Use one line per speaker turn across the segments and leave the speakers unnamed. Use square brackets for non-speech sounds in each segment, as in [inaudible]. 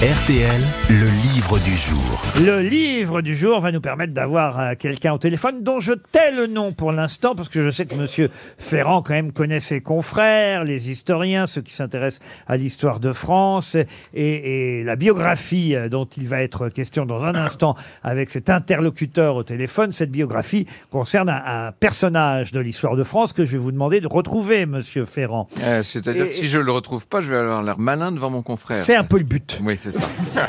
RTL, le livre du jour.
Le livre du jour va nous permettre d'avoir euh, quelqu'un au téléphone dont je tais le nom pour l'instant, parce que je sais que Monsieur Ferrand, quand même, connaît ses confrères, les historiens, ceux qui s'intéressent à l'histoire de France, et, et la biographie euh, dont il va être question dans un instant avec cet interlocuteur au téléphone. Cette biographie concerne un, un personnage de l'histoire de France que je vais vous demander de retrouver, Monsieur Ferrand.
Euh, C'est-à-dire
Et-
que si je le retrouve pas, je vais avoir l'air malin devant mon confrère.
C'est un peu le but.
Oui, c'est ça.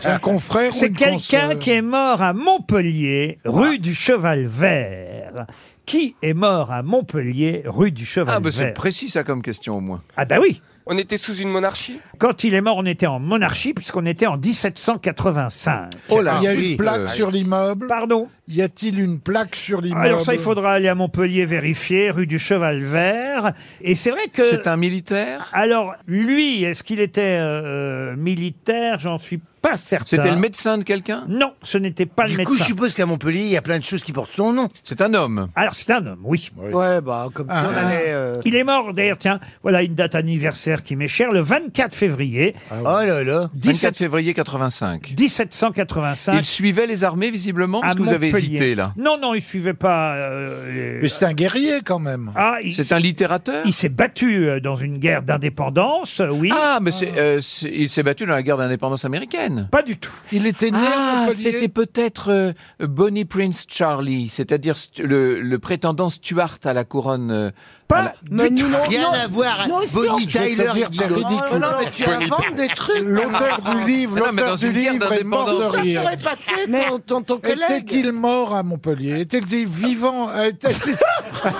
C'est un confrère
C'est quelqu'un qui est mort à Montpellier,
Ah.
rue du Cheval Vert. Qui est mort à Montpellier, rue du Cheval
Ah, bah c'est
Vert
précis ça comme question au moins.
Ah bah oui
On était sous une monarchie
Quand il est mort, on était en monarchie, puisqu'on était en 1785.
Oh
Il y a
oui.
une plaque
Euh,
sur l'immeuble.
Pardon
Y a-t-il une plaque sur l'immeuble
Alors ça, il faudra aller à Montpellier vérifier, rue du Cheval Vert. Et c'est vrai que... Ah,
C'est un militaire
Alors, lui, est-ce qu'il était euh, euh, militaire J'en suis pas certain.
C'était le médecin de quelqu'un
Non, ce n'était pas
Du
le
coup, je
médecin.
suppose qu'à Montpellier, il y a plein de choses qui portent son nom.
C'est un homme.
Alors, c'est un homme, oui.
Ouais, bah, comme
Ah,
si on
ah.
allait. euh,
Il est mort, d'ailleurs, tiens, voilà une date anniversaire qui m'est chère, le 24 février
Oh là là.
24
17
février 85.
1785.
Il suivait les armées visiblement parce
à
que vous avez
Montpellier.
hésité là.
Non, non, il suivait pas. euh, les-
Mais c'est un guerrier quand même.
Ah, il,
C'est un littérateur
il s'est battu euh, dans une guerre d'indépendance, euh, oui.
Ah, mais c'est, euh, c'est- il s'est battu dans la guerre d'indépendance américaine.
Pas du tout.
Il était né à
Ah,
Montpellier.
c'était peut-être euh, Bonnie Prince Charlie, c'est-à-dire stu- le, le prétendant Stuart à la couronne. euh, à la-
Pas.
Mais nous, non,
Rien
non.
à voir.
nous aussi,
Bonnie
Je vais te
Tyler,
dire,
il dit
c'est
l'autre.
ridicule.
Non, mais tu inventes des trucs.
L'auteur du livre,
Mais non, mais dans
l'auteur du
une guerre
livre est mort de
d'indépendance. Ça
rire.
pas fait
Mais-
ton, ton, ton
Était-il mort à Montpellier Était-il vivant Euh, Était-il [laughs] Ah,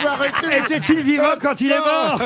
mais arrêtez
Était-il vivant quand il est mort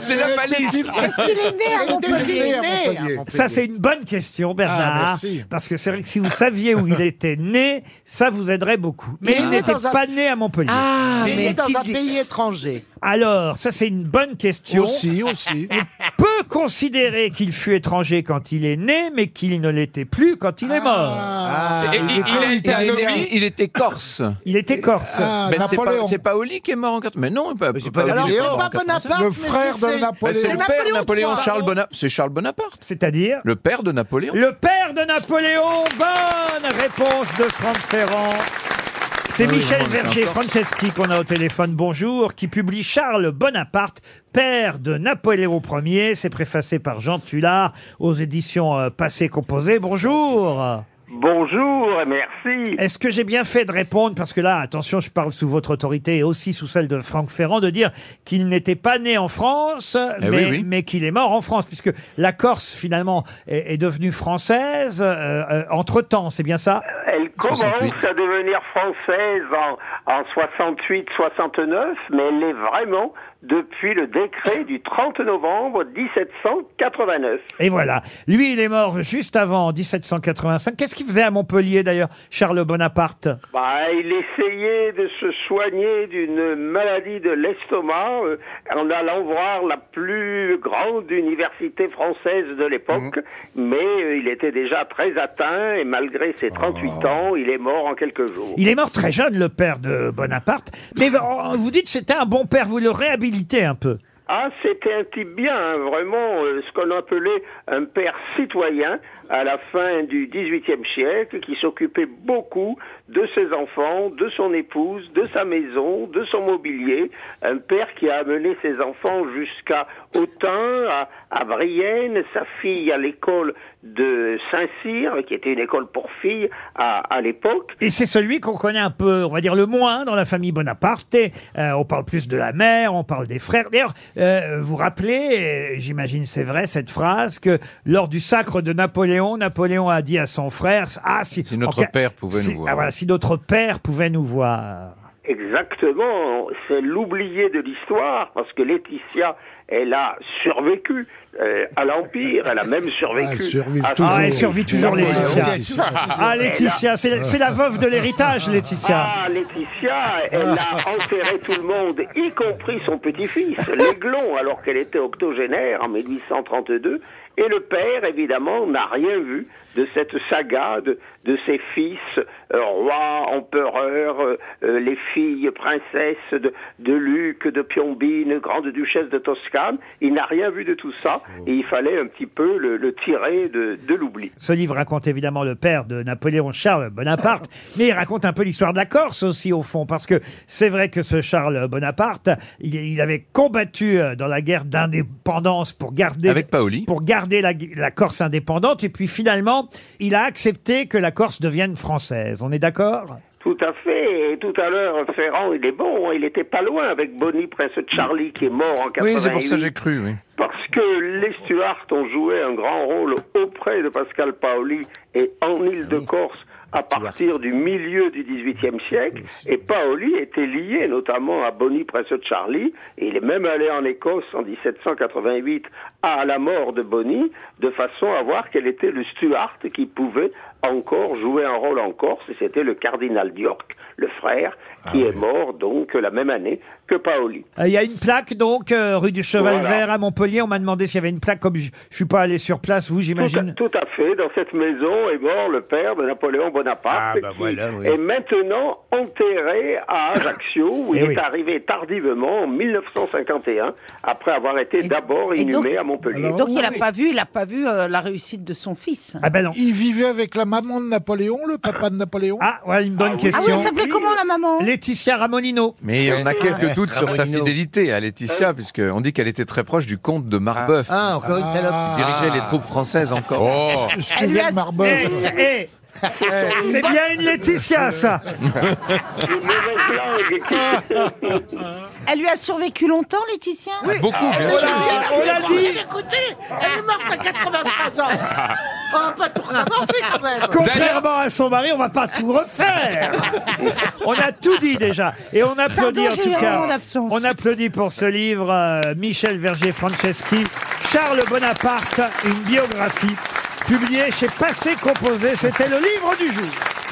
C'est la balise.
Est-ce qu'il est né à
Était-il né
Montpellier
à Montpellier
Ça, c'est une bonne question, Bernard.
Ah, merci.
Parce que c'est vrai que si vous saviez où il était né, ça vous aiderait beaucoup. Mais
Il
il,
est né
n'était
dans un-
pas né à Montpellier.
Ah, Mais il est dans est-il un dit- pays étranger.
Alors, ça, c'est une bonne question.
Aussi, aussi.
peut considérer qu'il fut étranger quand il est né, mais qu'il ne l'était plus quand il est mort.
euh,
Ah,
Et- et-
était
il, est- il est né-
italien.
il était corse.
Il était corse.
Ah,
Ben, c'est
Napoléon.
pas- c'est Paoli qui est mort en 80. Mais non, pas,
c'est pas
Paoli
Napoléon.
est mort
C'est
en
pas
85.
Bonaparte.
Le
mais
frère
si c'est-
de
Ben, c'est le
Napoléon.
père de
Napoléon
Napoléon,
III,
Charles
pardon.
Bonaparte. C'est Charles Bonaparte,
C'est-à-dire
le père de Napoléon.
le père de Napoléon. Bonne réponse de Franck Ferrand. C'est Michel Verger Franceschi qu'on a au téléphone, bonjour, qui publie Charles Bonaparte, père de Napoléon Ier. C'est préfacé par Jean Tullard aux éditions euh, Passé Composé. Bonjour.
Bonjour et merci.
Est-ce que j'ai bien fait de répondre Parce que là, attention, je parle sous votre autorité et aussi sous celle de Franck Ferrand, de dire qu'il n'était pas né en France,
Eh
mais,
oui, oui.
mais qu'il est mort en France, puisque la Corse, finalement, est, est devenue française euh, euh, entre-temps, c'est bien ça
Elle commence
68.
à devenir française en, en 68-69, mais elle l'est vraiment depuis le décret du 30 novembre 1789.
Et voilà. Lui, il est mort juste avant, en 1785. Qu'est-ce qu'il faisait à Montpellier, d'ailleurs, Charles Bonaparte
Bah, il essayait de se soigner d'une maladie de l'estomac euh, en allant voir la plus grande université française de l'époque, mais euh, il était déjà très atteint et malgré ses 38 ans, il est mort en quelques jours.
Il est mort très jeune, le père de Bonaparte. Mais euh, vous dites c'était un bon père, vous le réhabilitez un peu.
Ah, c'était un type bien, hein, vraiment, euh, ce qu'on appelait un père citoyen à la fin du XVIIIe siècle, qui s'occupait beaucoup de ses enfants, de son épouse, de sa maison, de son mobilier. Un père qui a amené ses enfants jusqu'à Autun, à, à Brienne, sa fille à l'école de Saint-Cyr, qui était une école pour filles à- à l'époque.
Et c'est celui qu'on connaît un peu, on va dire, le moins dans la famille Bonaparte. Et, euh, on parle plus de la mère, on parle des frères. D'ailleurs, euh, vous rappelez, euh, j'imagine c'est vrai, cette phrase que lors du sacre de Napoléon, Napoléon a dit à son frère Ah, si,
Si notre
en ca-
père pouvait
si-
nous voir.
ah, voilà, si notre père pouvait nous voir.
Exactement, c'est l'oublié de l'histoire, parce que Laetitia, elle a survécu euh, à l'Empire, elle a même survécu.
Ah, elle survit
à-
toujours.
Ah, elle survit toujours,
Ouais,
Laetitia.
ouais, ouais.
Ah, Laetitia, c'est la- c'est la veuve de l'héritage, Laetitia.
Ah, Laetitia, elle a enterré tout le monde, y compris son petit-fils, l'Aiglon, alors qu'elle était octogénaire en 1832. Et le père, évidemment, n'a rien vu de cette saga de, de ses fils euh, rois, empereurs, euh, euh, les filles princesses de, de Luc, de Piombine, grande duchesse de Toscane. Il n'a rien vu de tout ça et il fallait un petit peu le, le tirer de, de l'oubli.
Ce livre raconte évidemment le père de Napoléon, Charles Bonaparte, mais il raconte un peu l'histoire de la Corse aussi, au fond, parce que c'est vrai que ce Charles Bonaparte, il, il avait combattu euh, dans la guerre d'indépendance pour garder...
Avec Paoli.
Pour garder la, la Corse indépendante, et puis finalement, il a accepté que la Corse devienne française. On est d'accord
Tout à fait. Et tout à l'heure, Ferrand, il est bon. hein. Il était pas loin avec Bonnie Prince Charlie qui est mort en 88.
Oui, c'est pour ça que j'ai cru, oui.
Parce que les Stuarts ont joué un grand rôle auprès de Pascal Paoli et en Île-de-Corse à partir du milieu du XVIIIe siècle. Et Paoli était lié notamment à Bonnie Prince Charlie. Et il est même allé en Écosse en 1788 à la mort de Bonnie de façon à voir quel était le Stuart qui pouvait encore jouer un rôle en Corse. Et c'était le cardinal d'York, le frère, qui est mort donc la même année que Paoli.
Euh, Il y a une plaque donc euh, rue du Cheval
Voilà.
Vert à Montpellier. On m'a demandé s'il y avait une plaque. Comme je, je suis pas allé sur place, vous
Tout à,
j'imagine.
tout à fait. Dans cette maison est mort le père de Napoléon Bonaparte,
Ah, bah
qui
voilà, oui.
est maintenant enterré à Ajaccio, où
Eh
il
oui.
est arrivé tardivement en 1951, après avoir été
Et-
d'abord
et donc-
inhumé à Montpellier.
Alors,
Donc
oui,
il n'a
oui.
pas vu, il a pas vu euh, la réussite de son
euh,
fils.
Ah ben non.
Il vivait avec la maman de Napoléon, le papa de Napoléon
Ah, voilà une bonne
Ah oui.
Ah
question.
oui, elle s'appelait comment la maman
Laetitia Ramolino.
Mais on a quelques doutes sur sa
Ramolino.
fidélité à Laetitia, puisqu'on dit qu'elle était très proche du comte de Marbeuf,
Ah, encore une
qui
salope.
dirigeait
Ah. Oh.
les troupes françaises encore.
Je
Elle lui
souviens
a-
de
Eh,
Marbeuf.
eh, C'est bien une Laetitia, ça.
Une mauvaise langue qui-
Elle lui a survécu longtemps, Laetitia
Ah,
Beaucoup, bien
On
sûr.
l'a- on l'a dit.
Écoutez, elle est morte à 83 ans.
[laughs]
On va pas tout recommencer quand même.
Contrairement à son mari, on va pas tout refaire. on a tout dit déjà. Et on applaudit
Pardon,
en
j'ai eu
tout
un
cas.
moment d'absence.
On applaudit pour ce livre euh, Michel Verger-Franceschi, Charles Bonaparte, une biographie, publiée chez Passé Composé. C'était le livre du jour.